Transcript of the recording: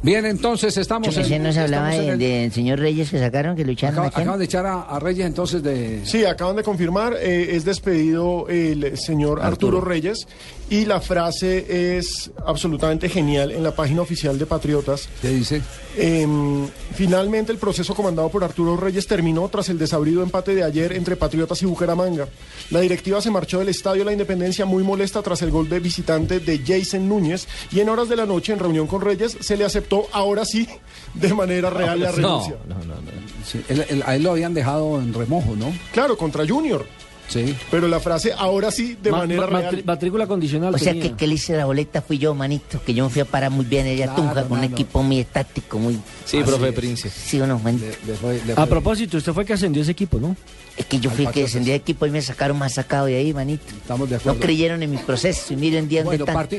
Bien, entonces estamos Ese en- nos hablaba estamos del en el- señor Reyes que sacaron, que lucharon. acaba- acaban de echar a, a Reyes entonces de... Sí, acaban de confirmar, eh, es despedido el señor Arturo. Reyes y la frase es absolutamente genial en la página oficial de Patriotas. ¿Qué dice? Em, finalmente el proceso comandado por Arturo Reyes terminó tras el desabrido empate de ayer entre Patriotas y Bucaramanga. La directiva se marchó del Estadio La Independencia muy molesta tras el gol de visitante de Jason Núñez y en horas de la noche en reunión con Reyes se le aceptó ahora sí de manera real la renuncia. Sí, él- él- a él lo habían dejado en remojo, ¿no? Claro, contra Junior. Sí. Pero la frase ahora sí de Ma- manera ma- matri- real. matrícula condicional. O sea tenía. que, que le hice la boleta fui yo, manito, que yo me fui a parar muy bien ella Claro, tunja con un mano. equipo muy estático, muy Sí, profe Prince. sí o no, manito. Le- le fue- le A fue- propósito, usted fue que ascendió ese equipo, ¿no? Es que yo fui el que Patriotas. descendí de equipo y me sacaron más sacado de ahí, manito. Estamos de No acuerdo. creyeron en mi proceso y miren día dónde Bueno, están. parti-